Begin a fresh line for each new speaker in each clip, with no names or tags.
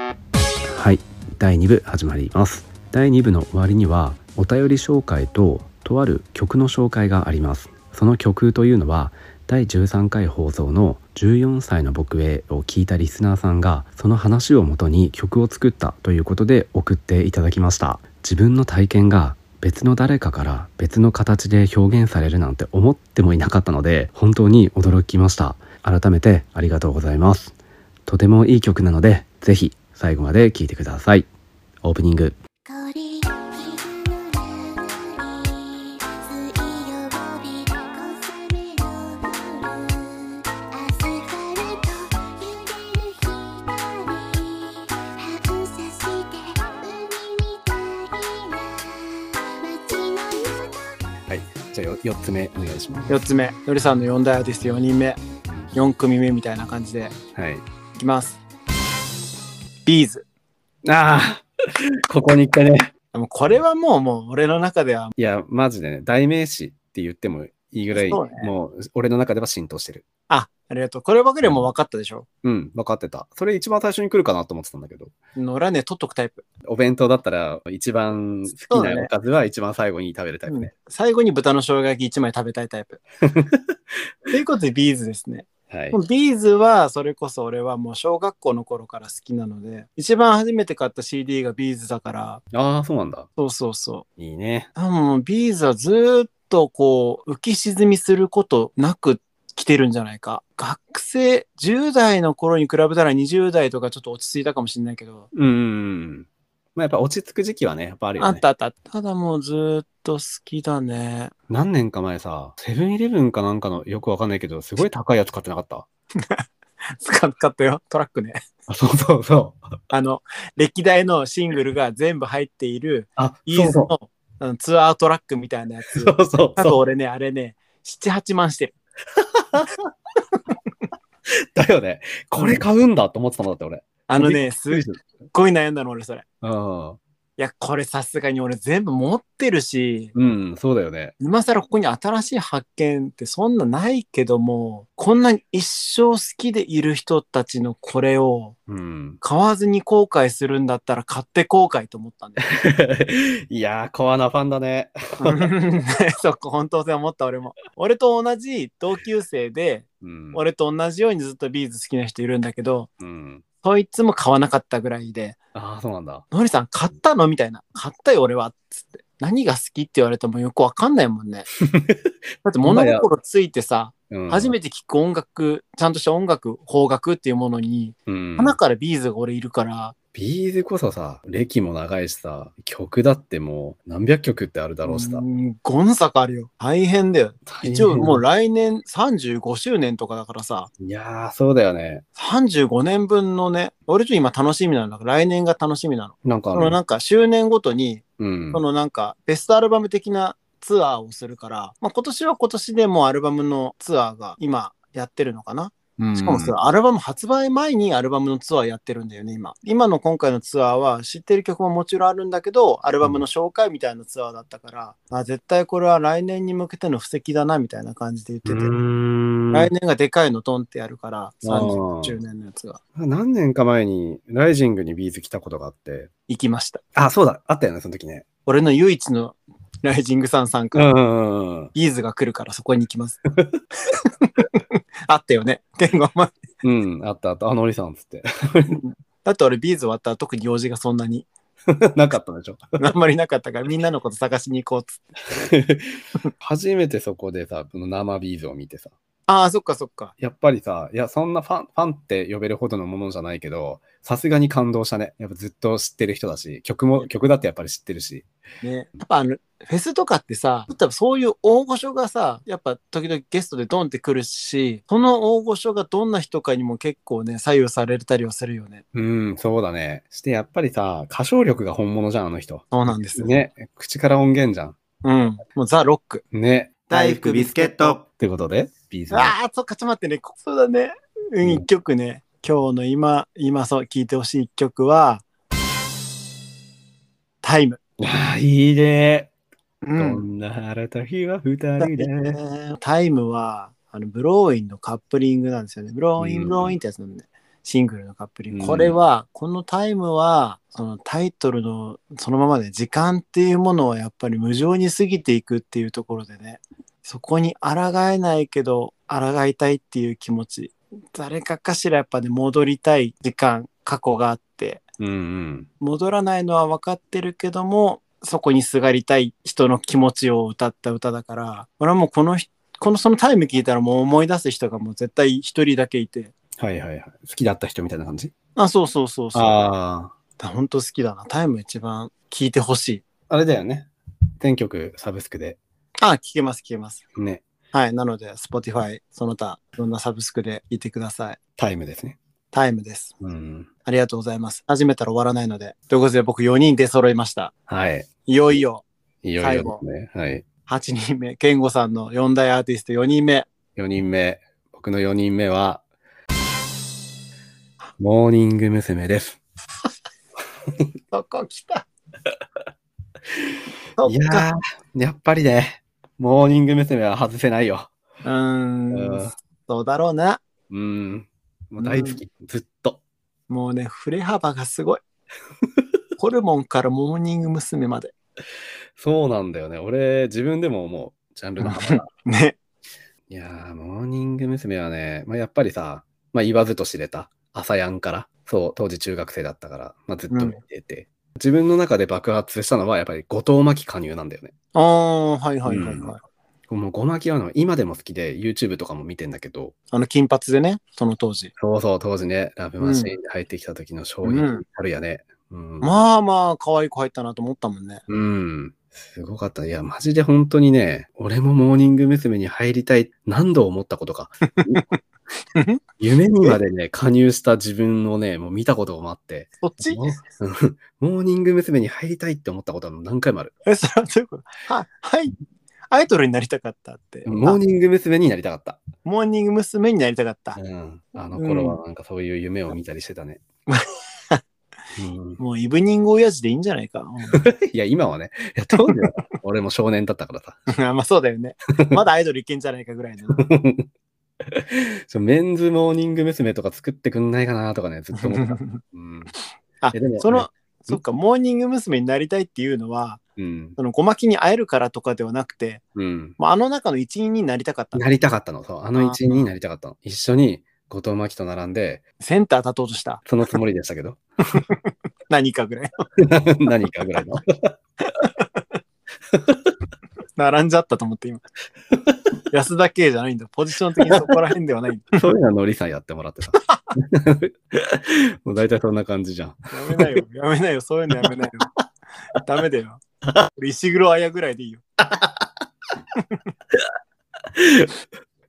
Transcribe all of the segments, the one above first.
はい第2部始まります第2部の終わりにはお便り紹介ととある曲の紹介がありますその曲というのは第13回放送の14歳の僕へを聞いたリスナーさんがその話をもとに曲を作ったということで送っていただきました自分の体験が別の誰かから別の形で表現されるなんて思ってもいなかったので本当に驚きました改めてありがとうございますとてもいい曲なのでぜひ最後まで聴いてくださいオープニング
香り昼の中に水曜日小雨の夜アスファルト揺れる光反射して海みたいな街の中
はいじゃあ 4, つ目お願いします
4つ目のりさんの4大アーティスト4人目4組目みたいな感じで
はい
いきますビーズ
ああ ここに来たね
でもこれはもうもう俺の中ではい
やマジでね代名詞って言ってもいいぐらい
そうね
もう俺の中では浸透してる
あありがとうこればかりはもう分かったでしょ
うん分かってたそれ一番最初に来るかなと思ってたんだけど
のらね取っとくタイプ、
お弁当だったら一番好きなおかずは一番最後に食べるタイプね
最後に豚の生姜焼き1枚食べたい タイプということでビーズですね
はい
もうビーズはそれこそ俺はもう小学校の頃から好きなので一番初めて買った CD がビーズだから
ああそうなんだ
そうそうそう
いいね
多分ビーズはずーっとこう浮き沈みすることなく来てるんじゃないか学生10代の頃に比べたら20代とかちょっと落ち着いたかもしれないけど
うんうんうんまあやっぱ落ち着く時期はねやっぱあるよね
あったあったただもうずーっと好きだね
何年か前さセブンイレブンかなんかのよくわかんないけどすごい高いやつ買ってなかった
使っ買ったよ トラックね
あそうそうそう
あの歴代のシングルが全部入っている
あ
イーズ
そう
のうんツアートラックみたいなやつ
そうそう
あ
そ
と俺ねあれね78万してる
うだよねこれ買うんだと思ってたんだって俺
あのねすっ
うん
ごい悩んだの俺それ
うん
いやこれさすがに俺全部持ってるし
うんそうだよね
今更ここに新しい発見ってそんなないけどもこんなに一生好きでいる人たちのこれを
うん
買わずに後悔するんだったら買って後悔と思ったんだよ。
いやーコアなファンだね
うんそこ本当そう思った俺も。俺と同じ同級生で
うん
俺と同じようにずっとビーズ好きな人いるんだけど
うん
そいつも買わなかったぐらいで
ああそうなんだ
「のりさん買ったの?」みたいな「買ったよ俺は」っつって何が好きって言われてもよくわかんないもんね。だって物心ついてさ
うん
初めて聞く音楽、ちゃんとした音楽、邦楽っていうものに、
うん
花からビーズが俺いるから、
ビーズこそさ、歴も長いしさ、曲だってもう何百曲ってあるだろうしさ
う。んゴンサカあるよ。大変だよ。一応もう来年35周年とかだからさ、
いやー、そうだよね。
35年分のね、俺ちょっと今楽しみなの。来年が楽しみなの。
なんかあ
そ
の
のなんか周年ごとに、
うん。
そのなんかベストアルバム的なツアーをするから、まあ、今年は今年でもうアルバムのツアーが今やってるのかな。
うん
しかもそれアルバム発売前にアルバムのツアーやってるんだよね、今。今の今回のツアーは知ってる曲ももちろんあるんだけど、アルバムの紹介みたいなツアーだったから、あ絶対これは来年に向けての布石だなみたいな感じで言って
う
て、
ん
来年がでかいのドンってやるから、
ー
30周年のやつが
何年か前に、ライジングにビーズ来たことがあって。
行きました。
あ、そうだ。あったよね、その時ね。
俺の唯一のライジングさんさん
う
から、
んうんうん。
ビーズが来るからそこに行きます。あったよね、言語前。
うん、あったあった。あのおりさんっつって。
だって俺ビーズ終わったら特に用事がそんなに、
なかったでしょ。
あんまりなかったからみんなのこと探しに行こうっつって
初めてそこでさ、この生ビーズを見てさ。
ああ、そっかそっか。
やっぱりさ、いや、そんなファン、ファンって呼べるほどのものじゃないけど、さすがに感動したね。やっぱずっと知ってる人だし、曲も、曲だってやっぱり知ってるし。
ね。やっぱあの、フェスとかってさ、多分そういう大御所がさ、やっぱ時々ゲストでドンって来るし、その大御所がどんな人かにも結構ね、左右されたりはするよね。
うん、そうだね。して、やっぱりさ、歌唱力が本物じゃん、あの人。
そうなんですよ。
ね、口から音源じゃ
うん。もうザ・ロック。
ん。ね。
大福ビスケット。
ってことで、ビーズの
ああ、そっか、ちょっと待ってね。こそうだね。う
うん
ん、一曲ね。今日の今、今そう、聴いてほしい一曲は、タイム。
いやーいいね、
う
ど。んな晴れた日は二人で。
タイムは、あの、ブローインのカップリングなんですよね。ブローイン、
うん
ブローインってやつなんで。シングルのカップリング。
うん
これは、このタイムは、そのタイトルのそのままで時間っていうものをやっぱり無情に過ぎていくっていうところでね、そこに抗えないけど、抗いたいっていう気持ち、誰かかしらやっぱね、戻りたい時間、過去があって、
うんうん。
戻らないのは分かってるけどもそこにすがりたい人の気持ちを歌った歌だから俺はもうこの人このそのタイム聞いたらもう思い出す人がもう絶対一人だけいて
はいはいはい。好きだった人みたいな感じ
あそうそうそうそう
あ
本当好きだなタイム一番聞いてほしい
あ。あれだよね。全曲サブスクで。
あ聞けます聞けます
ね。
はいなので Spotify その他いろんなサブスクで聞いてください
タイムですね。
タイムです
うん。
ありがとうございます始めたら終わらないのでということで僕4人出揃いました
はい。
いよいよ
いよいよですね。はい。
8人目健吾さんの4大アーティスト4人目
4人目。僕の4人目は、モーニング娘。です。
そこ来 た。そ
い
っ
や
か。
ー、やっぱりね、モーニング娘。は外せないよ。う
うー
ん
ん。そうだろうな。
うん。もう大好き。ずっと。
もうね、振れ幅がすご い。ホルモンからモーニング娘。まで。
そうなんだよね。俺、自分でも思う。ジャンルの幅が。
ね。
いやー、モーニング娘。はね、まあ、やっぱりさ、まあ、言わずと知れた、朝やんから、そう、当時中学生だったから、まあ、ずっと見てて、自分の中で爆発したのは、やっぱり後藤真希加入なんだよね。
ああ、はいはいはいはい。
うんもう、ごまきはの今でも好きで、YouTube とかも見てんだけど、
あの、金髪でね、その当時。
そうそう、当時ね、ラブマシーンで入ってきた時の衝撃
うん
あるやね。うん。
まあまあ、可愛い子入ったなと思ったもんね。
うん。すごかった。いや、マジで本当にね、俺もモーニング娘。に入りたい、何度思ったこと か。夢にまでね、加入した自分をね、もう見たこともあって、
そっち
もううんモーニング娘。に入りたいって思ったことは何回もある。
え、それはどういうことは、はい。アイドルになりたかったって。
モー
あ
ニング娘。になりたかった。
モーニング娘。になりたかった。
うん。あの頃はなんかそういう夢を見たりしてたね。うん
もうイブニング親父でいいんじゃ ないか。
いや、今はね、いや当時は俺も少年だったからさ。
うんあまあそうだよね。まだアイドルいけんじゃないかぐ らいの。
そうメンズモーニング娘。とか作ってくんないかなとかね、ずっと思ってた。うん。
あ
えでも
そ
ね
の、そっか、モーニング娘。になりたいっていうのは、
うん。
その、ごまきに会えるからとかではなくて、
うん。
もうあの中の一員になりたかったの。
なりたかったの。そう。あの
あー
一員になりたかったの。一緒に後藤真希と並んで、
センター立とうとした。
そのつもりでしたけ ど。
何かぐらい。
何かぐ らいの。
並んじゃったと思って、今。 安田圭じゃないんだ。ポジション的にそこら辺ではないんだ。
そういうのはノリさんやってもらってさ。もう大体そんな感じじゃん。
やめないよ。やめないよ。そういうのやめないよ。ダメだよ。俺石黒綾ぐらいでいいよ。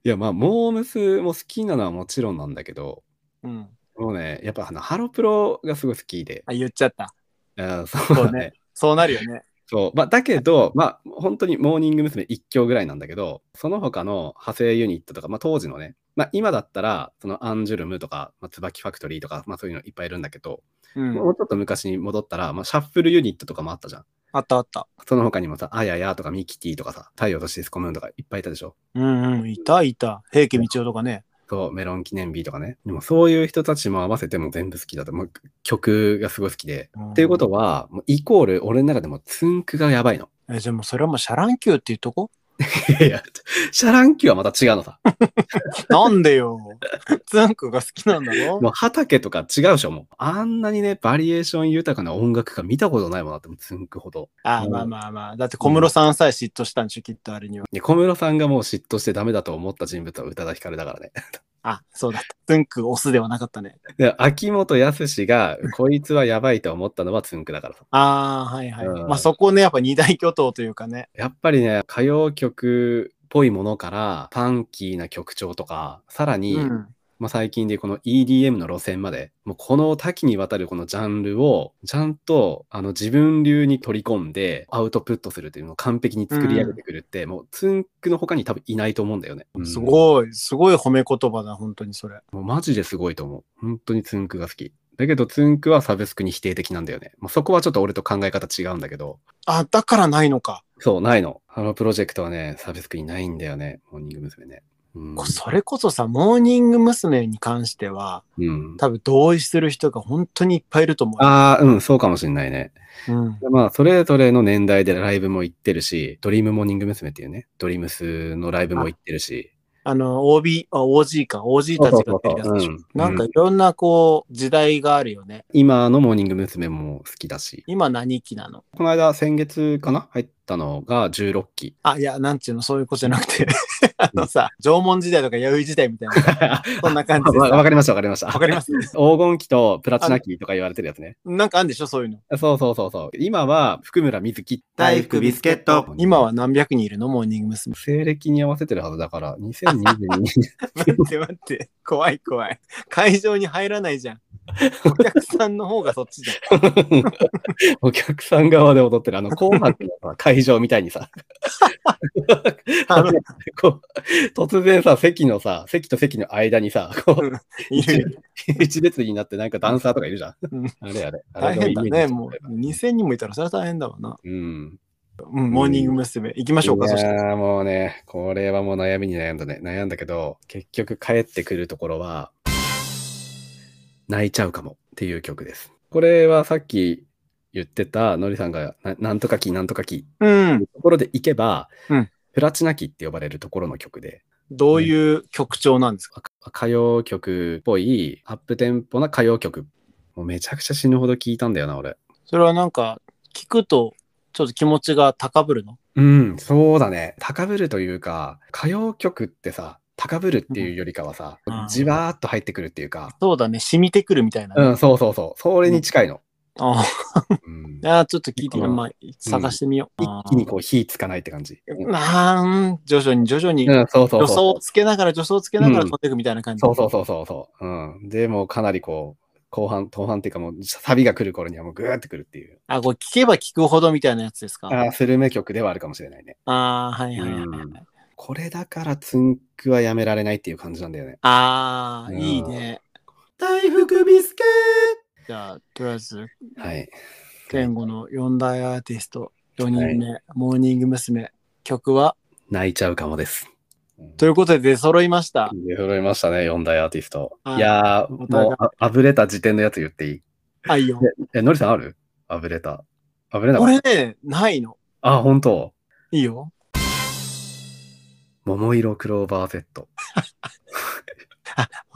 いや、まあ、モームスも好きなのはもちろんなんだけど、
うん。
もうね、やっぱあのハロプロがすごい好きで。
あ、言っちゃった。
うん、そう
そ
だ
う
ね
ね。そうなるよね。
そう。まあ、だけど、まあ、本当にモーニング娘。一強ぐらいなんだけど、その他の派生ユニットとか、まあ、当時のね、まあ、今だったら、そのアンジュルムとか、まあ、椿ファクトリーとか、まあ、そういうのいっぱいいるんだけど、
うん。
もうちょっと昔に戻ったら、まあ、シャッフルユニットとかもあったじゃん。
あったあった。
その他にもさ、あややとかミキティとかさ、太陽とシスコムーンとかいっぱいいたでしょ。
うんうん。いたいた。平家道夫とかね。
そう、メロン記念日とかね。でもそういう人たちも合わせても全部好きだと。もう曲がすごい好きで。
うん
っていうことは、もうイコール俺の中でもツンクがやばいの。
え、じゃあもうそれはもうシャランキューっていうとこ
いやいや、シャランキューはまた違うのさ。
なん でよ。ツンクが好きなんだろ
もう畑とか違うでしょ、もう。あんなにね、バリエーション豊かな音楽家見たことないもんだって、もうつんくほど。う
ああ、
ん
まあまあまあ。だって小室さんさえ嫉妬したんでしょ、きっとあれには。
で、小室さんがもう嫉妬してダメだと思った人物は宇多田ヒカルだからね。
あ、そうだった。ツンクオスではなかったね。
で、秋元康が、こいつはやばいと思ったのはつんくだからさ。
ああ、はいはい。
うん
まあそこね、やっぱ二大巨頭というかね。
やっぱりね、歌謡曲っぽいものから、ファンキーな曲調とか、さらに、
うん。
まあ、最近でこの EDM の路線まで、もうこの多岐にわたるこのジャンルを、ちゃんとあの自分流に取り込んで、アウトプットするっていうのを完璧に作り上げてくるって、もうツンクの他に多分いないと思うんだよね。
す
い。
ごい、すごい褒め言葉だ、本当にそれ。
もうマジですごいと思う。本当にツンクが好き。だけどツンクはサブスクに否定的なんだよね。まあ、そこはちょっと俺と考え方違うんだけど、
あ、だからないのか。
そう、ないの。あのプロジェクトはね、サブスクにないんだよね、モーニング娘。ね。うん。
こそれこそさ、モーニング娘。に関しては、
うん、
多分同意する人が本当にいっぱいいると思
ああ、うん、そうかもしんないね。
う。うん。
でまあ、それぞれの年代でライブも行ってるし、ドリームモーニング娘。っていうね、ドリームスのライブも行ってるし、
あの、OB、あ OG か、OG たちがやってるやつでし
そうそうそうう
ょ
ん。
なんかいろんなこう、時代があるよね。
今のモーニング娘。も好きだし、
今何期なの
この間、先月かな入ったのが16期。
あ、いや、なんちゅうの、そういうことじゃなくて、あのさ、縄文時代とか弥生時代みたい な、
あ
そんな感じで
わ
さ、
わ
わ
かりました、わかりました。
かります
黄金期とプラチナ期とか言われてるやつね。
なんかあるんでしょ、そういうの。
そうそうそうそう。今は福村瑞希。
大福ビスケット
今は何百人いるのモーニング 娘。
西暦に合わせてるはずだから、2022年。
待って待って、怖い怖い。会場に入らないじゃん。お客さんの方がそっちじゃん。
お客さん側で踊ってる、あの、紅白のさ会場みたいにさ、
あの
こう、突然さ、席のさ、席と席の間にさ、こう、
いるいる
一列になってなんかダンサーとかいるじゃん
うん。
あれあれ。あ
大
れの
変
イ
だ
メージし
ね。
ちゃ
も
えば
う2000人もいたらそれは大変だわな。
うん。
うん、モーニング娘。行きましょうか、そし
い
たら。
やーもうね、これはもう悩みに悩んだね。悩んだけど、結局帰ってくるところは、泣いちゃうかもっていう曲です。これはさっき言ってた、のりさんがななんとかキーなんとかキーっ
うん
て。ところで行けば、
うん
プラチナキーって呼ばれるところの曲で、
どういう曲調なんですか
歌謡曲っぽい、アップテンポな歌謡曲。もうめちゃくちゃ死ぬほど聞いたんだよな、俺。
それはなんか、聞くと、ちょっと気持ちが高ぶるの
うん、そうだね。高ぶるというか、歌謡曲ってさ、高ぶるっていうよりかはさ
うん、
じわーっと入ってくるっていうか、
そうだね、染みてくるみたいなね、
うん、そうそうそう、それに近いの。
あ
うん
ーあー、ちょっと聞いてみよう。
うん
まあ、探してみよう。
一気にこう火つかないって感じ。
あーあー、徐々に徐々に、
う
助
ん、そうそう
走
そ
をつけながら、助走をつけながら
うん
飛んでいくみたいな感
う。
じ。
そうそうそうそうそう。うん。でもうかなりこう、後半、後半っていうかもう、サビが来る頃にはもうグーってくるっていう。
あ、これ聞けば聞くほどみたいなやつですか。
あースルメ曲ではあるかもしれないね。
ああー、はいはいはいはい。
うんこれだからツンクはやめられないっていう感じなんだよね。
ああ、
うん
いいね。
大福ビスケ
じゃあ、とりあえず、
はい。
健吾の4大アーティスト、4人目、モーニング娘。曲は、
泣いちゃうかもです。
ということで出揃いました。
出揃いましたね、四大アーティスト。
はい
いやー、
お互
も
い
うあ、あぶれた時点のやつ言っていい
あ、いいよ。
え、のりさんあるあぶれた。あぶれなか
こ
った
れね、ないの。
あ、本当
いいよ。
桃色クローバー Z。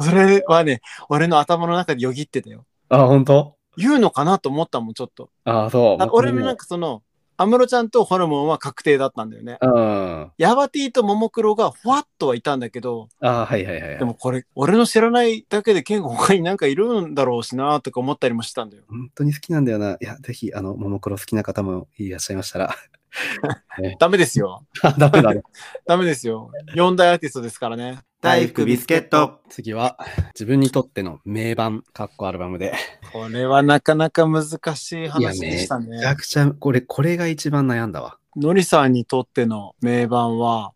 それはね、俺の頭の中でよぎってたよ。
あ、本当
言うのかなと思ったもん、ちょっと。
あ、そう。
あ
もう
俺もなんかその、安室ちゃんとホルモンは確定だったんだよね。
うん。
ヤバティとモモクロがふわっとはいたんだけど、
あはいはいはいはい。
でもこれ、俺の知らないだけで健吾他になんかいるんだろうしなとか思ったりもしたんだよ。
本当に好きなんだよな。いや、ぜひ、あの、ももクロ好きな方もいらっしゃいましたら。
ダメですよ。
あダメだね。
ダメですよ。4大アーティストですからね。
大福ビスケット
次は、自分にとっての名盤、カッコアルバムで。
これはなかなか難しい話でした
めちゃ
ね。
くちゃ、これ、これが一番悩んだわ。
のりさんにとっての名盤は、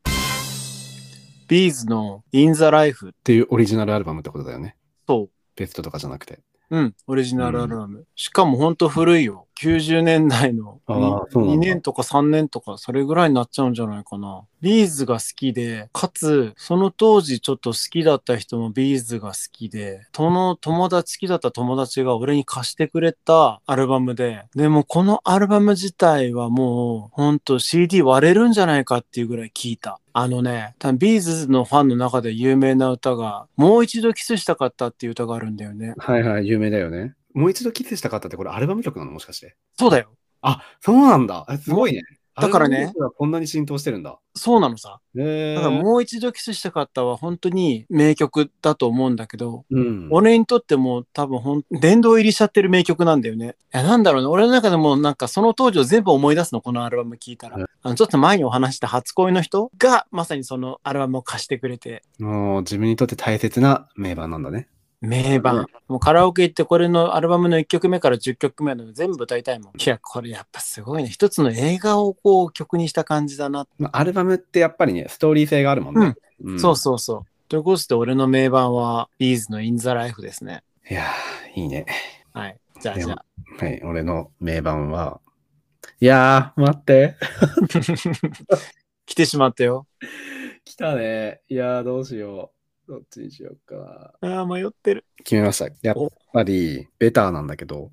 ビーズの In the Life
っていうオリジナルアルバムってことだよね。
と、
ベストとかじゃなくて。
うん、オリジナルアルバム。しかもほんと古いよ。90年代の
あーそうなんだ
2年とか3年とかそれぐらいになっちゃうんじゃないかな。ビーズが好きで、かつその当時ちょっと好きだった人もビーズが好きで、その友達好きだった友達が俺に貸してくれたアルバムで、でもこのアルバム自体はもうほんと CD 割れるんじゃないかっていうぐらい聞いた。あのね、多分ビーズのファンの中で有名な歌が、もう一度キスしたかったっていう歌があるんだよね。
はいはい、有名だよね。もう一度キスしたかったって、これアルバム曲なのもしかして。
そうだよ。
あ、そうなんだ。えすごいね。
だからね
アルバム曲がこんなに浸透してるんだ。
そうなのさ。
え
だからもう一度キスしたかったは本当に名曲だと思うんだけど、
う、うん。
俺にとっても多分ほん、殿堂入りしちゃってる名曲なんだよね。いや、なんだろうね。俺の中でもなんかその当時を全部思い出すの、このアルバム聴いたら。
うん
あの、ちょっと前にお話した初恋の人がまさにそのアルバムを貸してくれて、
もう自分にとって大切な名盤なんだね。
名盤。
うん
もうカラオケ行ってこれのアルバムの1曲目から10曲目まで全部歌いたいもん。いや、これやっぱすごいね。一つの映画をこう曲にした感じだな
まあアルバムってやっぱりね、ストーリー性があるもんね。ん
そうそうそう。ということで、俺の名盤は、ビーズのインザライフですね。
う。いやー、いいね。
はい。じゃあ、
で
じ
も
ゃあ、
はい、俺の名盤は、いやー、待って。
来てしまったよ。
来たね。いやー、どうしよう。どっちにしようか。
ああ、迷ってる。
決めました。やっぱり、ベターなんだけど、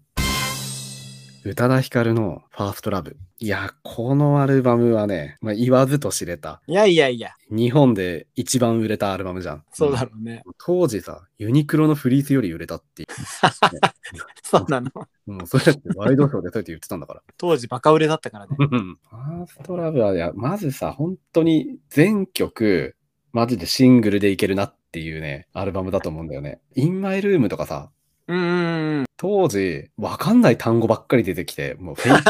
宇多田ヒカルのファーストラブ。いや、このアルバムはね、まあ、言わずと知れた。
いやいやいや、
日本で一番売れたアルバムじゃん。
そうだろうね。
うん当時さ、ユニクロのフリースより売れたっていう。
そうなの。
もうそれだってワイドショーでそうやって言ってたんだから。
当時バカ売れだったからね。
ファーストラブは、いや、まずさ、本当に全曲、マジでシングルでいけるなっていうね、アルバムだと思うんだよね。In My Room とかさ、
うんうんうん。
当時、わかんない単語ばっかり出てきて、もうフェイ ク、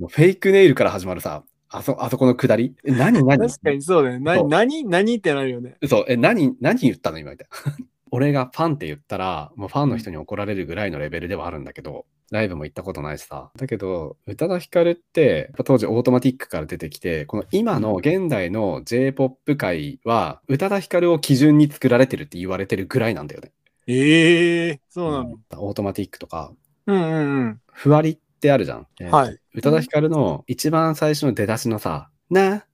もうフェイクネイルから始まるさ、あそ、あそこの下りえ何何
確かにそうだよね。な
そう
何何ってなるよね。
そう、え、何、何言ったの今みたいな。 俺がファンって言ったら、もうファンの人に怒られるぐらいのレベルではあるんだけど、ライブも行ったことないしさ。だけど、宇多田ヒカルって、やっぱ当時オートマティックから出てきて、この今の現代の J-POP 界は、宇多田ヒカルを基準に作られてるって言われてるぐらいなんだよね。
ええそうなの。
オートマティックとか、
うんうんうん。
ふわりってあるじゃん。えー
はい。
宇多田ヒカルの一番最初の出だしのさ、な、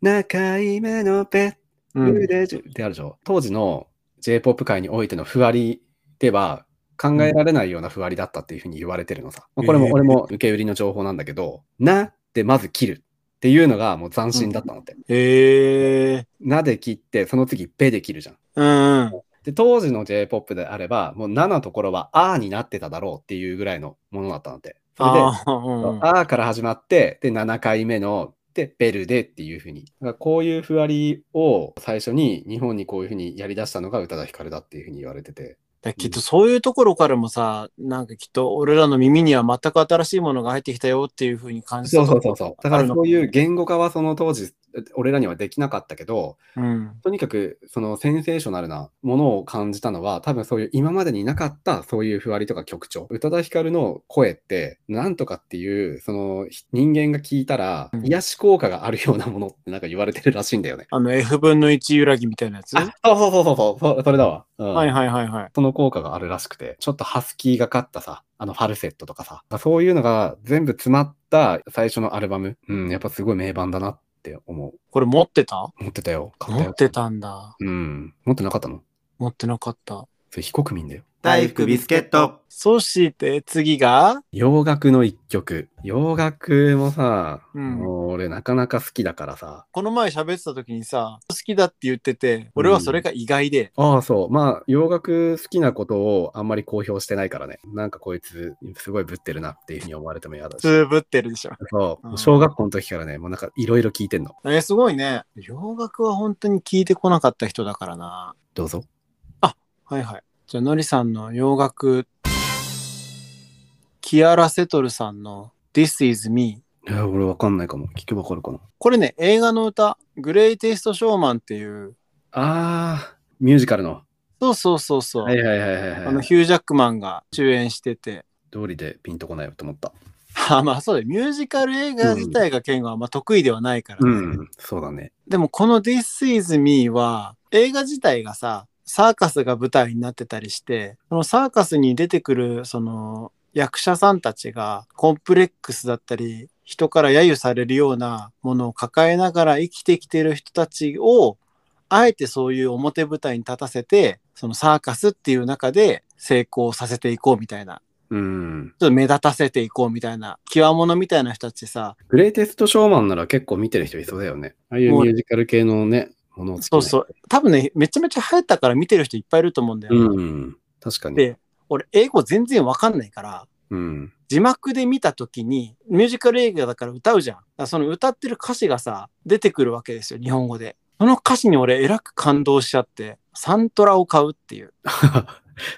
中い目のベッ
うん、
であるでしょ当時の J-POP 界においてのふわりでは考えられないようなふわりだったっていうふうに言われてるのさ。まあこれ
え
も
ー
俺も受け売りの情報なんだけど、なってまず切るっていうのがもう斬新だったのって。
ええ
なで切って、その次べで切るじゃん。
うんうん。
で、当時の J-POP であれば、もうなのところはあーになってただろうっていうぐらいのものだったのって。それで、
ああ、うんうん。
あーから始まって、で、7回目の、で、ベルデっていうふうに。だからこういうふわりを最初に日本にこういうふうにやり出したのが宇多田ヒカルだっていうふうに言われてて。
だきっとそういうところからもさ、なんかきっと俺らの耳には全く新しいものが入ってきたよっていうふうに感じたところ
だからそういう言語化はその当時、俺らにはできなかったけど、
うん。
とにかくそのセンセーショナルなものを感じたのは、多分そういう今までになかったそういうふわりとか曲調。宇多田ヒカルの声って、なんとかっていう、その人間が聞いたら
うん
癒し効果があるようなものってなんか言われてるらしいんだよね。
あの F 分の1揺らぎみたいなやつは
あ、そうそうそうそうそう、そそれだわ。うん
いはいはいはい。
その効果があるらしくて、ちょっとハスキーがかったさ、あのファルセットとかさ、そういうのが全部詰まった最初のアルバム、うん、やっぱすごい名盤だなって思う。
これ持ってた
持ってたよ。買った
持
よ。
ってたんだ。
うん。持ってなかったの
持ってなかった。
それ非国民だよ。
大福ビスケット。
そして次が、
洋楽の一曲。洋楽もさ、
うん
もう俺なかなか好きだからさ。
この前喋ってた時にさ、好きだって言ってて、俺はそれが意外で、
ああ、そう。まあ、洋楽好きなことをあんまり公表してないからね。なんかこいつ、すごいぶってるなっていうふうに思われても嫌だし。
つぶってるでしょ。
そうう、
ん
小学校の時からね、もうなんかいろいろ聞いてんの。
え、すごいね。洋楽は本当に聞いてこなかった人だからな。
どうぞ。
はいはい。じゃあ、のりさんの洋楽、キアラ・セトルさんの This is Me。
いや、俺わかんないかも。聞けばわかるかな。
これね、映画の歌、グレイテイスト・ショーマンっていう、
あー、ミュージカルの。
そうそうそうそう、
はいはいはいはい、はい。
あのヒュー・ジャックマンが主演してて、
通りでピンとこないよと思った。
あまあそうだよミュージカル映画自体がケンゴはあんま得意ではないから、
う
ね
ん、そうだね。
でもこの This is Me は映画自体がさ、サーカスが舞台になってたりして、そのサーカスに出てくるその役者さんたちがコンプレックスだったり、人から揶揄されるようなものを抱えながら生きてきてる人たちを、あえてそういう表舞台に立たせて、そのサーカスっていう中で成功させていこうみたいな、
うん。
ちょっと目立たせていこうみたいな、極物みたいな人たちさ、
グレイテストショーマンなら結構見てる人いそうだよね。ああいうミュージカル系のね、ものを好き。
そうそうう、多分ね、めちゃめちゃ流行ったから見てる人いっぱいいると思うんだよね。
うん。確かに。
で俺英語全然わかんないから
うん。
字幕で見た時にミュージカル映画だから歌うじゃんだからその歌ってる歌詞がさ出てくるわけですよ日本語でその歌詞に俺えらく感動しちゃってサントラを買うっていう、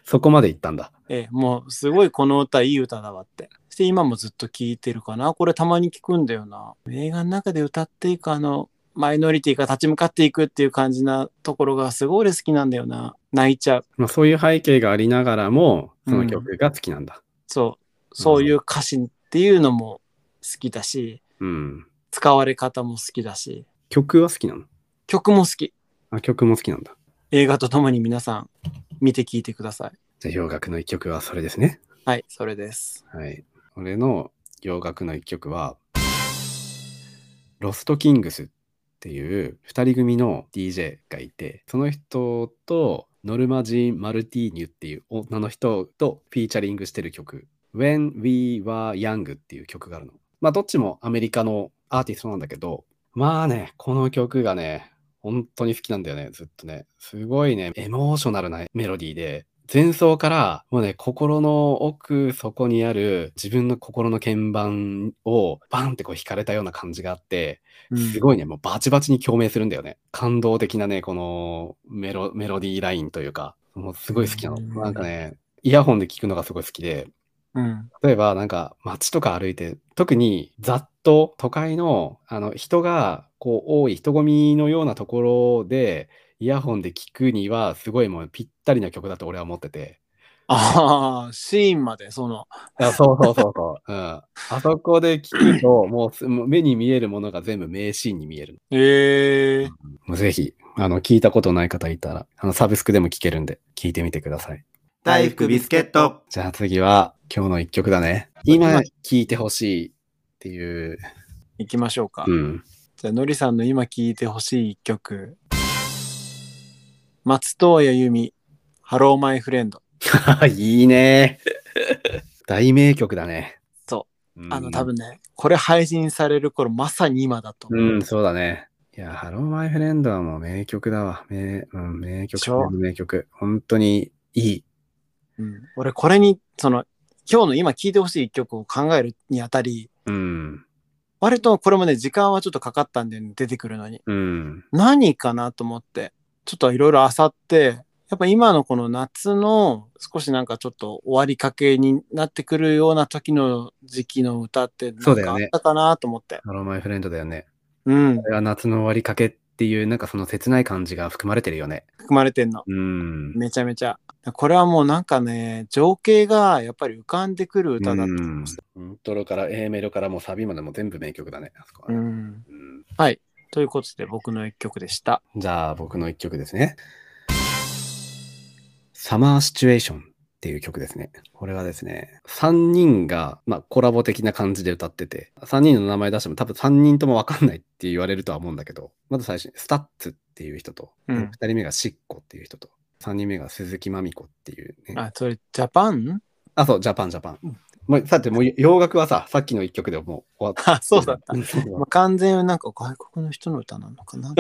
そこまで行ったんだ。
ええ、もうすごいこの歌いい歌だわってそして今もずっと聴いてるかなこれたまに聞くんだよな映画の中で歌っていくあのマイノリティが立ち向かっていくっていう感じなところがすごい俺好きなんだよな泣いちゃう
まあ、そういう背景がありながらも、その曲が好きなんだ。
そうそういう歌詞っていうのも好きだし、
うん。
使われ方も好きだし、
曲は好きなの
曲も好き。
あ、曲も好きなんだ。
映画とともに皆さん見て聴いてください。
じゃあ洋楽の一曲はそれですね。
はい、それです。
はい。俺の洋楽の一曲は、ロストキングスっていう2人組の DJ がいて、その人とノルマジーン・マルティーニュっていう女の人とフィーチャリングしてる曲、When We Were Young っていう曲があるの。まあ、どっちもアメリカのアーティストなんだけど、まあね、この曲がね、本当に好きなんだよね、ずっとね。すごいね、エモーショナルなメロディーで、前奏からもうね、心の奥底にある自分の心の鍵盤をバンってこう弾かれたような感じがあって、す
い。
ごいね、もうバチバチに共鳴するんだよね。感動的なね、このメロメロディーラインというか、もうすごい好きなの。
うん
なんかね、イヤホンで聞くのがすごい好きで、
うん。
例えばなんか街とか歩いて特にざっと都会のあの人がこう多い人混みのようなところでイヤホンで聞くにはすごいもうぴったりな曲だと俺は思ってて。
ああ、シーンまで、その、
あそうそうそう そう。うん。あそこで聞くともうすもう目に見えるものが全部名シーンに見える。
ええ
もうぜひ、あの、聞いたことない方いたら、あの、サブスクでも聞けるんで、聞いてみてください。
大福ビスケット。
じゃあ次は今日の一曲だね。今聞いてほしいっていう。
行きましょうか。
うん。
じゃあ、のりさんの今聴いてほしい一曲。松任谷由実、ハローマイフレンド。
あ いい ね。大名曲だね。
そうう。
ん
あの、多分ね、これ配信される頃、まさに今だと思う。
うん、そうだね。いや、ハローマイフレンドはもう名曲だわ。名、うん、名曲
でしょ、
名曲。本当にいい。
うん俺、これに、その、今日の今聴いてほしい一曲を考えるにあたり、
うん、
割とこれもね、時間はちょっとかかったんだよね、出てくるのに。
うん、
何かなと思って、ちょっといろいろ漁って、やっぱ今のこの夏の少しなんかちょっと終わりかけになってくるような時の時期の歌って
そ
な
うんだ
か
よ
あっ
ね
たかなと思って。
ハローマイフレンドだよね。
うん
こ。れは夏の終わりかけっていう、なんかその切ない感じが含まれてるよね。
含まれてんの。
うん。
めちゃめちゃ。これはもうなんかね、情景がやっぱり浮かんでくる歌だっ
う
た。
んイントロから A メロからもうサビまでも全部名曲だね。あそこはね
うん。
うん
ということで僕の一曲でした。
じゃあ僕の一曲ですね。サマーシチュエーションっていう曲ですね。これはですね、3人が、まあ、コラボ的な感じで歌ってて、3人の名前出しても多分3人ともわかんないって言われるとは思うんだけど、まず最初にスタッツっていう人と、
うん
2人目がシッコっていう人と、3人目が鈴木まみこっていうね。
あ、それジャパン
あ、そう、ジャパンジャパン。もうさて、もう洋楽はさ、さっきの一曲でもう終わっ
あ、そう だった。
た。
まあ完全になんか外国の人の歌なのかな。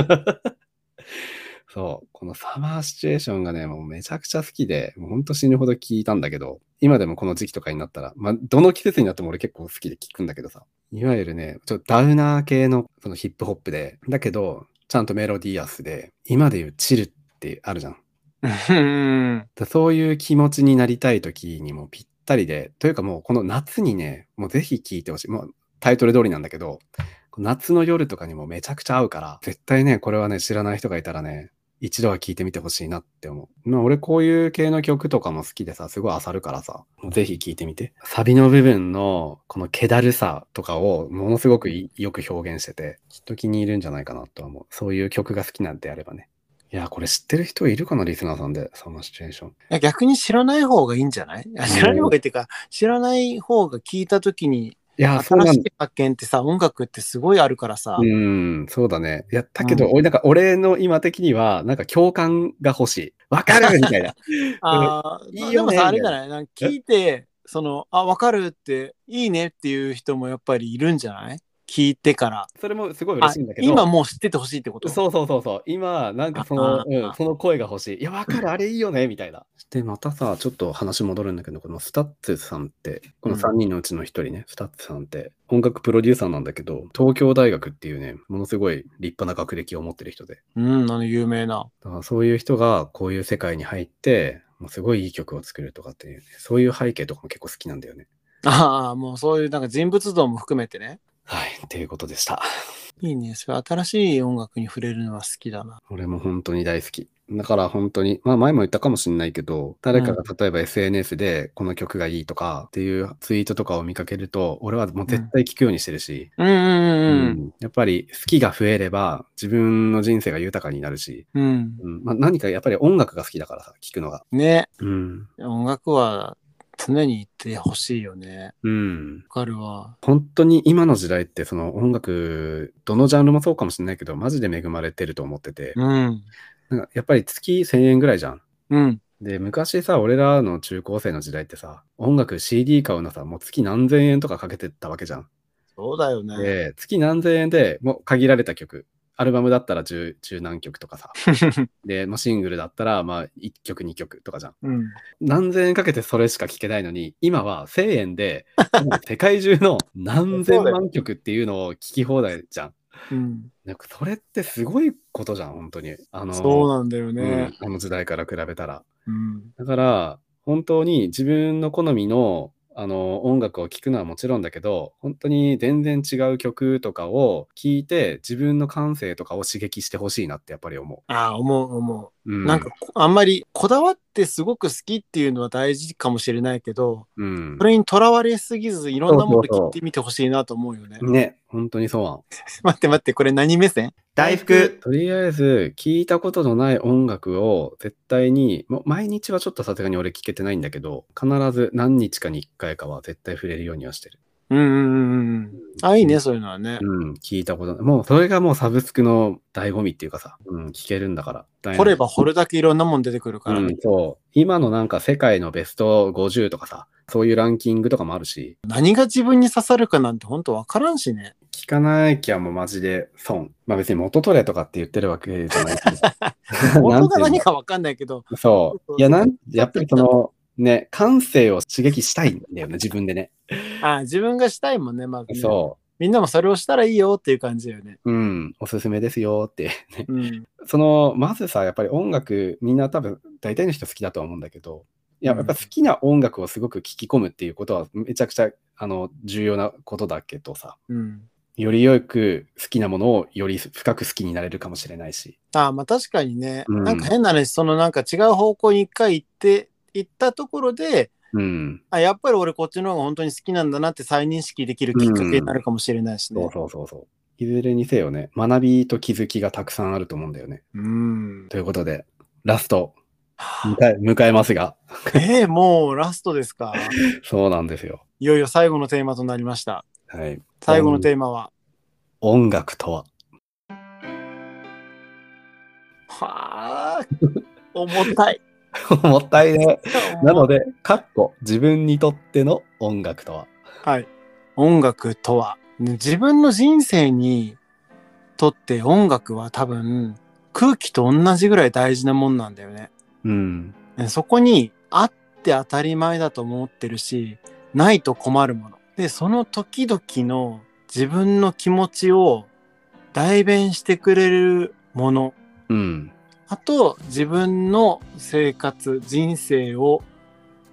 そう、このサマーシチュエーションがね、もうめちゃくちゃ好きで、もうほんと死ぬほど聞いたんだけど、今でもこの時期とかになったら、まあ、どの季節になっても俺結構好きで聞くんだけどさ、いわゆるね、ちょっとダウナー系のそのヒップホップで、だけど、ちゃんとメロディアスで、今でいうチルってあるじゃん。
うん。
だそういう気持ちになりたい時にもぴったりで、というかもうこの夏にね、もうぜひ聴いてほしい。もうタイトル通りなんだけど、夏の夜とかにもめちゃくちゃ合うから、絶対ね、これはね、知らない人がいたらね、一度は聴いてみてほしいなって思う。まあ俺こういう系の曲とかも好きでさ、すごい漁るからさ、もうぜひ聴いてみて。サビの部分のこの気だるさとかをものすごくいよく表現してて、きっと気に入るんじゃないかなとは思う。そういう曲が好きなんであればね。いや、これ知ってる人いるかな、リスナーさんで、そのシチュエーション。
いや逆に知らない方がいいんじゃないいや知らない方がいいっていうか、知らない方が聞いた時に、
いや、そう
新
な
し
ん
い発見ってさ、音楽ってすごいあるからさ、
うん、そうだね。やったけど、
うん
俺、なんか、俺の今的には、なんか共感が欲しい。わかるみたい な。
あー
いいよね
でもさ、あれじゃないなんか聞いて、その、あ、わかるって、いいねっていう人もやっぱりいるんじゃない聞いてから。
それもすごい嬉
あ
しいんだけど。
今もう知っててほしいってこと
そうそうそうそう。今、なんかその
あ、ー
うん、その声が欲しい。いや、わかる、あれいいよね、みたいな。で、またさ、ちょっと話戻るんだけど、このスタッツさんって、この
うん
3人のうちの1人ね、スタッツさんって、音楽プロデューサーなんだけど、東京大学っていうね、ものすごい立派な学歴を持ってる人で。
うん、あの、有名な。
だからそういう人がこういう世界に入って、もうすごいいい曲を作るとかっていう、ね、そういう背景とかも結構好きなんだよね。
ああ、もうそういうなんか人物像も含めてね。
はい、っていうことでした。
いいね。それ新しい音楽に触れるのは好きだな。
俺も本当に大好き。だから本当に、まあ前も言ったかもしれないけど、誰かが例えば SNS でこの曲がいいとかっていうツイートとかを見かけると、俺はもう絶対聞くようにしてるし、
うんうん
う
うん
やっぱり好きが増えれば自分の人生が豊かになるし、
うん。うん。
うんまあ、何かやっぱり音楽が好きだからさ、聞くのが。
ね。
うん、
音楽は常にいてほしいよね。
うん。
わかるわ。
本当に今の時代ってその音楽、どのジャンルもそうかもしれないけど、マジで恵まれてると思ってて、
うん。
なんかやっぱり月1000円ぐらいじゃん。
うん。
で、昔さ、俺らの中高生の時代ってさ、音楽 CD 買うのさ、もう月何千円とかかけてたわけじゃん。
そうだよね。
で、月何千円でもう限られた曲。アルバムだったら十十何曲とか さ。で、まあ、シングルだったら、まあ、1曲2曲とかじゃん。
うん。
何千円かけてそれしか聴けないのに、今は1000円 で、もう世界中の何千万曲っていうのを聴き放題じゃん。
うん。
なんかそれってすごいことじゃん、本当に。あの、
そうなんだよね。
うんあの時代から比べたら。
うん。
だから、本当に自分の好みのあの音楽を聴くのはもちろんだけど、本当に全然違う曲とかを聴いて、自分の感性とかを刺激してほしいなってやっぱり思
ああ、思う思う。
う。うん、
なんか、こあんまりこだわってすごく好きっていうのは大事かもしれないけど、
うん
そ、れにとらわれすぎず、いろんなものを聞いてみてほしいなと思うよね。
ね、本当にそうなん。
待って待って、これ何目線
大福
とりあえず、聴いたことのない音楽を絶対に、もう毎日はちょっとさすがに俺聴けてないんだけど、必ず何日かに1回かは絶対触れるようにはしてる。
うんうんうんうん。あ、いいね、そういうのはね。
うん、聞いたことない。もうそれがもうサブスクの醍醐味っていうかさ、うん、聞けるんだから。
掘れば掘るだけいろんなもん出てくるから
う
ね、
ん、そう。今のなんか世界のベスト50とかさ、そういうランキングとかもあるし、
何が自分に刺さるかなんて本当わからんしね。
聞かないきゃもうマジで損。まあ別に元取れとかって言ってるわけじゃないけどさ
音
な
が
んて
何
いう
かわかんないけど、
のそう。いや、なん、やっぱりその、ね、感性を刺激したいんだよね、自分でね。
あ自分がしたいもんね、まずね、
そ
みんなもそれをしたらいいよっていう感じだよね。
う。うん、おすすめですよって。ね
うん。
その、まずさ、やっぱり音楽、みんな多分、大体の人好きだとは思うんだけど、いや、
うん
やっぱ好きな音楽をすごく聞き込むっていうことは、めちゃくちゃ、あの、重要なことだけどさ、
うん。
よりよく好きなものをより深く好きになれるかもしれないし。
あまあ確かにね、
うん
なんか変な話、そのなんか違う方向に一回行って、行ったところで、
うん。
あ、やっぱり俺こっちの方が本当に好きなんだなって再認識できるきっかけになるかもしれないし
そ
ね
う。そうそうそう。いずれにせよね、学びと気づきがたくさんあると思うんだよね。
うん。
ということで、ラスト、
は
迎え、迎えますが、
あえー、もうラストですか。
そうなんですよ。
いよいよ最後のテーマとなりました。
はい。
最後のテーマは。
音楽とは。
はあ、重たい。
もったいね。なので、かっこ、自分にとっての音楽とは。
はい。音楽とは、ね自分の人生にとって音楽は多分空気と同じぐらい大事なもんなんだよね。
うん。
ねそこにあって当たり前だと思ってるし、ないと困るもの。で、その時々の自分の気持ちを代弁してくれるもの。
うん。
あと、自分の生活、人生を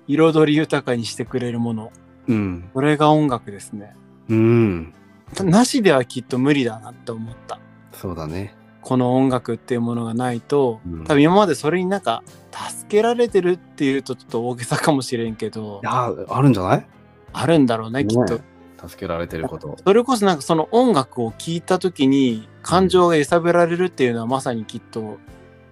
彩り豊かにしてくれるもの。
うん。
これが音楽ですね。
うん。
なしではきっと無理だなって思った。
そうだね。
この音楽っていうものがないと、
うん
多分今までそれになんか助けられてるっていうとちょっと大げさかもしれんけど
い、やー、あるんじゃない
あるんだろうね、きっと
ね。助けられてること。
それこそなんかその音楽を聴いた時に感情が揺さぶられるっていうのはまさにきっと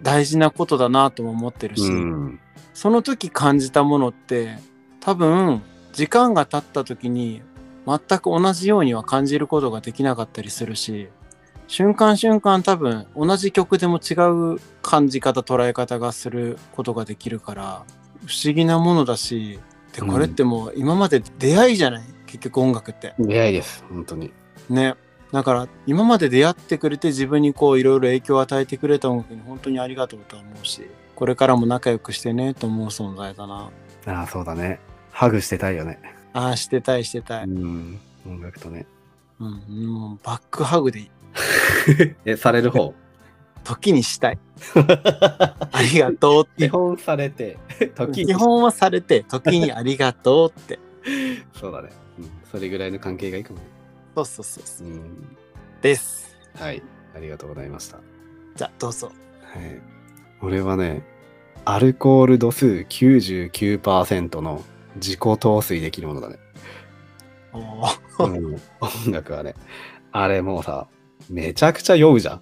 大事なことだなとも思ってるし、
うん。
その時感じたものって多分時間が経った時に全く同じようには感じることができなかったりするし瞬間瞬間多分同じ曲でも違う感じ方捉え方がすることができるから不思議なものだしで
うん
これってもう今まで出会いじゃない結局音楽って。
出会いです、本当に。
ね。だから今まで出会ってくれて自分にこういろいろ影響を与えてくれた音楽に本当にありがとうとは思うしこれからも仲良くしてねと思う存在だな。
ああ、そうだね。ハグしてたいよね。
ああ、してたい、してたい。
うん。音楽とね。
うん、もうバックハグでいい。
え、される方。
時にした い。ありがとうっ
基
て。
本され て、時
基本はされて、時にありがとうって。
そうだね。うん。それぐらいの関係がいいかもね。
そうそうそうそうう。
ん。
です。
はい。ありがとうございました。
じゃあ、どうぞ。
はい、俺はねアルコール度数99%の自己陶酔できるものだね、
おー
うん音楽はねあれもうさめちゃくちゃ酔うじゃん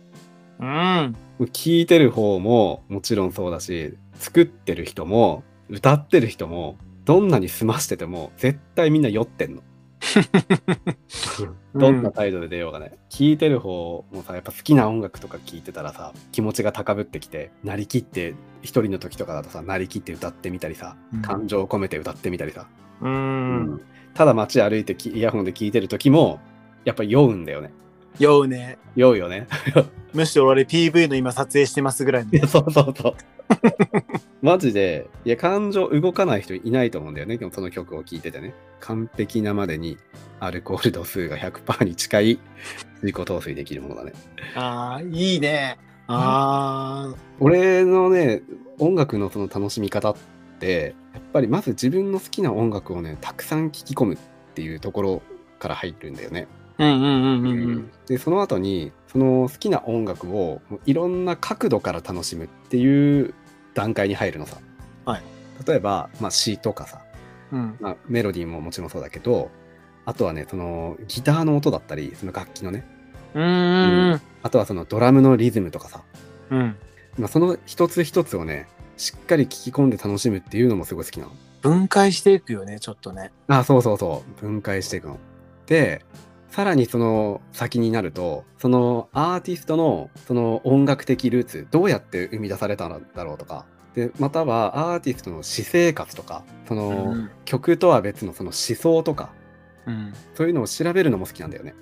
うん。
もう聴いてる方ももちろんそうだし作ってる人も歌ってる人もどんなに済ましてても絶対みんな酔って んのどんな態度で出ようがね聴、いてる方もさやっぱ好きな音楽とか聴いてたらさ気持ちが高ぶってきてなりきって一人の時とかだとさなりきって歌ってみたりさ
うん
感情を込めて歌ってみたりさ、
うーん。
ただ街歩いてきイヤホンで聴いてる時もやっぱ酔うんだよね
酔うね。
酔うよね
むしろ俺 PV の今撮影してますぐらいの
い。や、そうそうそう。マジで、いや、感情動かない人いないと思うんだよね。でもその曲を聴いててね。完璧なまでにアルコール度数が100%に近い水己糖水できるものだね。
ああ、いいね。ああ、
俺のね、音楽のその楽しみ方って、やっぱりまず自分の好きな音楽をね、たくさん聴き込むっていうところから入るんだよね。
うんうんうんうんうん。
でその後にその好きな音楽をもういろんな角度から楽しむっていう段階に入るのさ、
はい
例えば、まあ、詩とかさ、
うん
まあ、メロディーももちろんそうだけどあとはねそのギターの音だったりその楽器のね
うん
あとはそのドラムのリズムとかさ、
うんうん。
まあ、その一つ一つをねしっかり聞き込んで楽しむっていうのもすごい好きなの。
分解していくよね、ちょっとね。
あ、そうそうそう。分解していくの。で、さらにその先になると、そのアーティストのその音楽的ルーツ、どうやって生み出されたんだろうとか、で、またはアーティストの私生活とか、そうの
ん
曲とは別のその思想とか、
うん
そういうのを調べるのも好きなんだよね。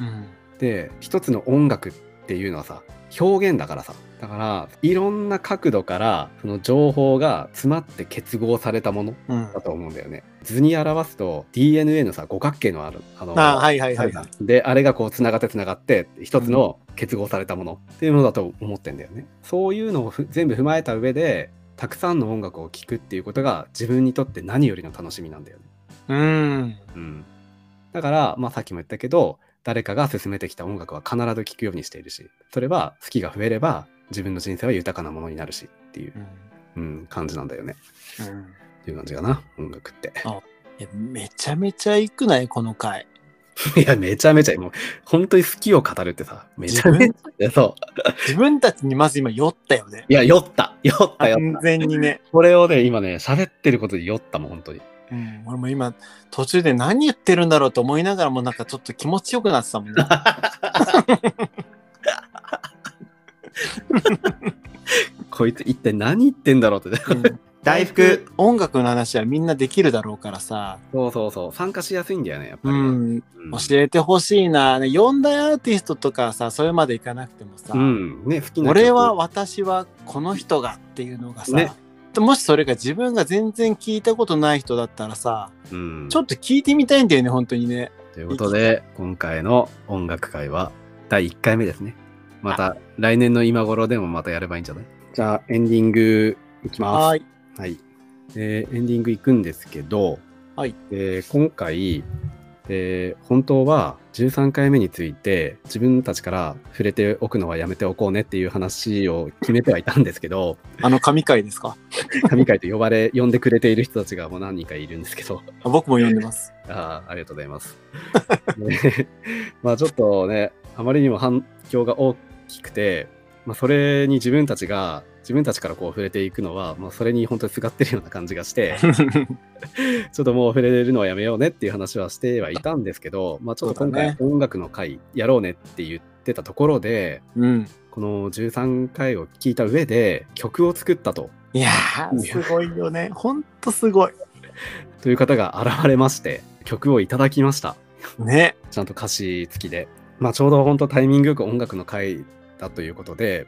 うん
で、一つの音楽っていうのはさ、表現だからさ。だから、いろんな角度から、その情報が詰まって結合されたもの
うん
だと思うんだよね。図に表すと DNA のさ五角形のあるあの
あーはいはい
あ
はい
るじゃんであれがこうつながってつながって一つの結合されたものっていうものだと思ってんだよね。そういうのをふ全部踏まえた上でたくさんの音楽を聴くっていうことが自分にとって何よりの楽しみなんだよね。
うん
うん、だから、まあ、さっきも言ったけど誰かが勧めてきた音楽は必ず聴くようにしているしそれは好きが増えれば自分の人生は豊かなものになるしっていう、うん、感じなんだよね。
うん
っていう感じかな音楽って。
いやめちゃめちゃいくないこの回
いや、めちゃめちゃ、もう、本当に好きを語るってさ、めちゃめちゃいや、そう。
自分たちにまず今酔ったよね
いや、酔った。酔った、酔っ
完
た。
全にね、
これをね、今ね、喋ってることで酔ったもん、本当に。
うん、俺も今途中で何言ってるんだろうと思いながらもなんかちょっと気持ちよくなってたも んね
こいつ一体何言ってんだろうって ね。
うん
大福
音楽の話はみんなできるだろうからさ、
そうそうそう。参加しやすいんだよね、やっぱ
う
りね。
ん、
うん
教えてほしいな4大アーティストとかさそれまでいかなくてもさ、
うん。ね、好きな曲
俺は、私はこの人がっていうのがさ、
ね
もしそれが自分が全然聞いたことない人だったらさ
うん。
ちょっと聞いてみたいんだよね本当にね
ということで、今回の音楽会は第1回目ですね。また、来年の今頃でもまたやればいいんじゃないじゃあ、エンディングいきます。
はい
はい。で、エンディング行くんですけど、
はい
で今回、で本当は13回目について自分たちから触れておくのはやめておこうねっていう話を決めてはいたんですけ ど、
あの神回ですか
神会と呼ばれ、呼んでくれている人たちがもう何人かいるんですけど、
あ僕も読んでます
あーありがとうございます。 でまあちょっとね、あまりにも反響が大きくて、まあ、それに自分たちが、自分たちからこう触れていくのは、まあ、それに本当にすがってるような感じが して、ちょっともう触れるのはやめようねっていう話はしてはいたんですけど、まあ、ちょっと今
そう
回
だ
音楽の回やろうねって言ってたところで、
うん
この13回を聞いた上で曲を作ったと
いやーすごいよねほんとすごい
という方が現れまして曲をいただきました
ね
ちゃんと歌詞付きで、まあ、ちょうど本当タイミングよく音楽の回だということで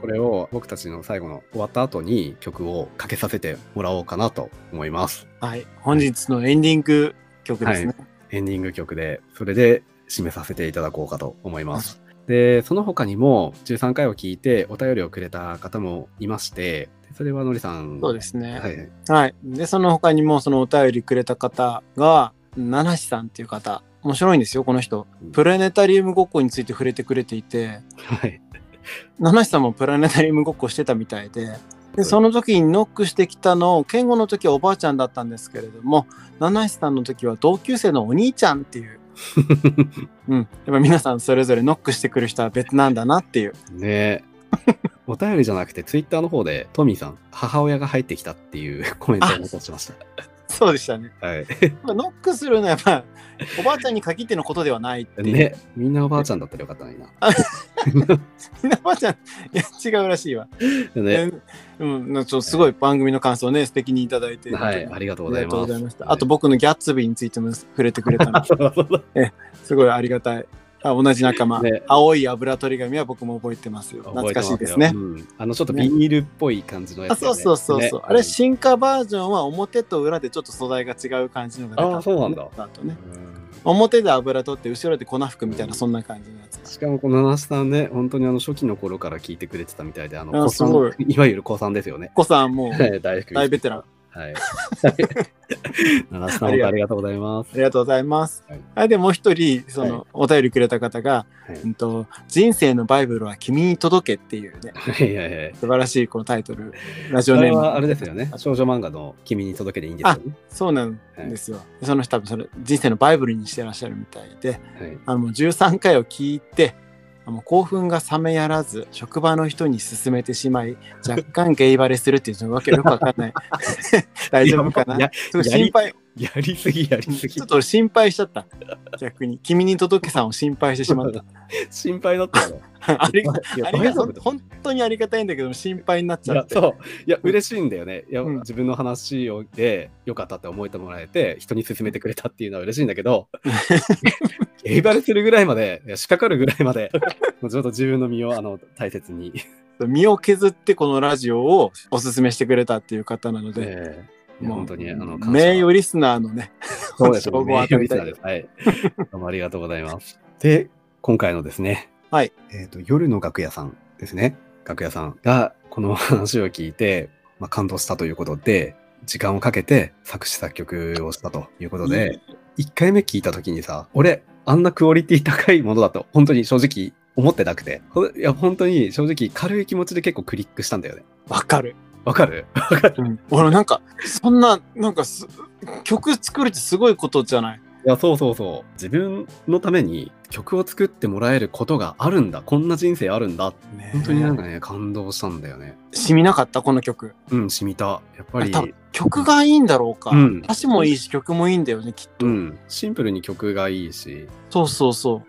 これを僕たちの最後の終わった後に曲をかけさせてもらおうかなと思います
はい本日のエンディング曲ですね、
エンディング曲で、それで締めさせていただこうかと思います。で、その他にも13回を聞いてお便りをくれた方もいまして、それはのりさん。
そうですね
はいはい。
はい。で、その他にも、そのお便りくれた方が、ナナシさんっていう方。面白いんですよ、この人
うん。
プラネタリウムごっこについて触れてくれていて、
はい。
ナナシさんもプラネタリウムごっこしてたみたいで、で、その時にノックしてきたのを、健吾の時はおばあちゃんだったんですけれども、ナナシさんの時は同級生のお兄ちゃんっ ていう、うん。やっぱ皆さんそれぞれノックしてくる人は別なんだなっていう。
ね えお便りじゃなくて、ツイッターの方で、トミーさん、母親が入ってきたっていうコメントを残しました。
そうでしたね。
はい。
まあノックするのはやっぱ、おばあちゃんに限ってのことではないっていう。
ね、みんなおばあちゃんだったらよかったのにな。
みんなおばあちゃん、いや、違うらしいわ。
ね、
えうん、なんかちょっとすごい番組の感想をね、素敵にいただいて。
はい、
本
ありがとう
当
ござい
にありがと
ま
うござい
す。。
ました。あと僕のギャッツビーについても触れてくれたの
そうだそうだ
すごいありがたい。あ同じ仲間、
ね
青い油取り紙は僕も覚えてますよ。懐かしいですね。
覚えてますようんあの、ちょっとビニールっぽい感じのや
あ
つだよ
そう
ね、
そうそうそう、
ね
あれ進化バージョンは表と裏でちょっと素材が違う感じのが出た
あそうなんだ
あとね
うん
表で油取って後ろで粉吹くみたいな、そんな感じのやつ
しかもこの七瀬さんね、本当にあの初期の頃から聞いてくれてたみたいで、あの、
あ
子さん
すごい
いわゆる子さんですよね。
子さんもう
はい 大福。
大ベテラン
はい。七瀬さん、本当ありがとうございます
あり。がとうございます、
はい
あでもう一人その、
は
お便りくれた方が、
はい
うんと「人生のバイブルは君に届け」っていうね
はいはいはい。
素晴らしいこのタイトルラジ
あ
オネ
れ
ー
はあれ
ム
ですよね。少女漫画の君に届けでいいんですよね。
そうなんですよ、その人多分それ人生のバイブルにしてらっしゃるみたいで
はい。
あのもう13回を聞いてあの興奮が冷めやらず職場の人に勧めてしまい若干ゲイバレするっていうのわけよくわか んない大丈夫かない
や
すごい心配
やりすぎ、やりすぎ
ちょっ。と俺心配しちゃった逆に君に届けさんを心配してし まった
心配だったよ。
あり
いや
ありが
大丈
ほ
夫
ん
だ
本当にありがたいんだけど心配になっ
い
ちゃ
や
って
そういや嬉しいんだよね、いや
うん
自分の話をでよかったって思えてもらえて人に勧めてくれたっていうのは嬉しいんだけ どゲイバレするぐらいまでいや仕掛かるぐらいまで もうちょっと自分の身をあの大切に、
身を削ってこのラジオをおすすめしてくれたっていう方なので、
ええいや本当にあの感謝
名誉リスナーのね
そうです
称
ね
号を
名
与
誉
え
リ
た
ス
い
ナーです はいどうもありがとうございますで今回のですね
はい
えーと夜の楽屋さんですね楽屋さんがこの話を聞いて、まあ、感動したということで時間をかけて作詞作曲をしたということで、1回目聞いた時にさ俺あんなクオリティ高いものだと本当に正直思ってなくてほいや本当に正直軽い気持ちで結構クリックしたんだよね
わかる
わかる
うん、俺なんかそんななんかす曲作るってすごいことじゃない
いやそうそうそう自分のために曲を作ってもらえることがあるんだこんな人生あるんだ
ね
本当になんかね感動したんだよね
染みなかったこの曲
うん染みたやっぱり
あ多分曲がいいんだろうか、
うん
歌詞もいいし曲もいいんだよねきっと、
うん、シンプルに曲がいいし
そうそうそ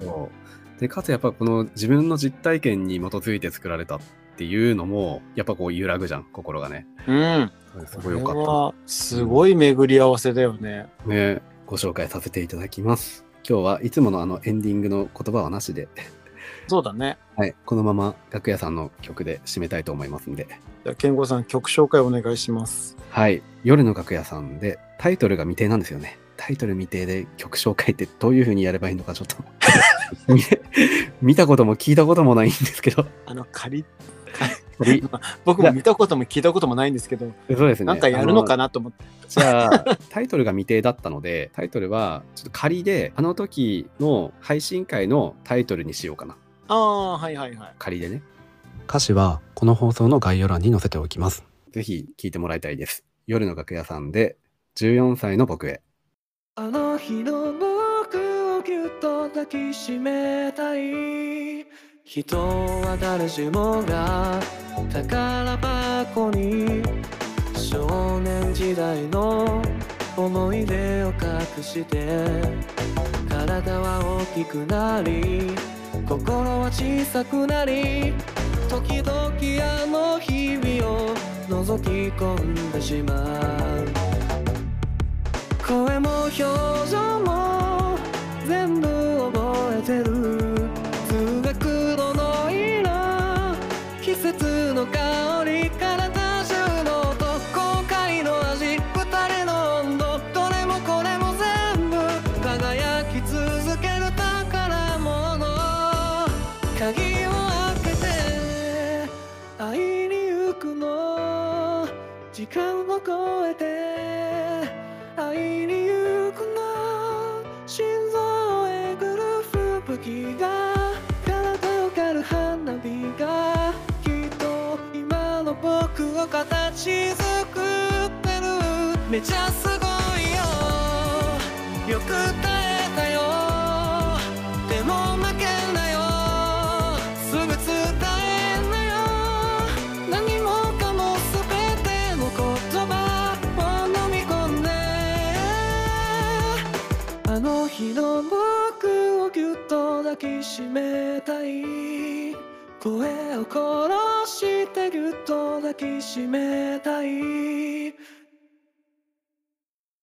でかつやっぱこの自分の実体験に基づいて作られたっていうのもやっぱこう揺らぐじゃん心がね
ううん
す
こ
ごい
れ
よかっ
はすごい巡り合わせだよね、
たねご紹介させていただきます今日はいつものあのエンディングの言葉はなしで、
そうだね
はい、このまま楽屋さんの曲で締めたいと思いますんで
じゃあ健吾さん曲紹介お願いします
はい。夜の楽屋さんで、タイトルが未定なんですよね。タイトル未定で曲紹介ってどういう風にやればいいのかちょっと 見。見たことも聞いたこともないんです けど。
あの仮
鳥
僕も見たことも聞いたこともないんですけど、
そうですね。
なんかやるのか
な
なと思って
じゃあ、タイトルが未定だったので、タイトルはちょっと仮で、あの時の配信会のタイトルにしようかな。
ああはいはいはい
仮でね。
歌詞はこの放送の概要欄に載せておきます
ぜひ聞いてもらいたいです。夜の楽屋さんで、14歳の僕へ。
あの日の僕をぎゅっと抱きしめたい人は誰しもが宝箱に少年時代の思い出を隠して体は大きくなり心は小さくなり時々あの日々を覗き込んでしまう声も表情も全部覚えてる通学路の色季節の香り体中の音後悔の味二人の温度どれもこれも全部輝き続ける宝物鍵を開けて会いに行くの時間を超えて会いに行くの心臓をえぐる吹雪が体を狩る花火がきっと今の僕を形作ってるめちゃすごいよよく耐えたよでも負けんなよすぐ伝えんなよ何もかも全ての言葉を飲み込んでしめたい声を殺してぎゅっと抱きしめたい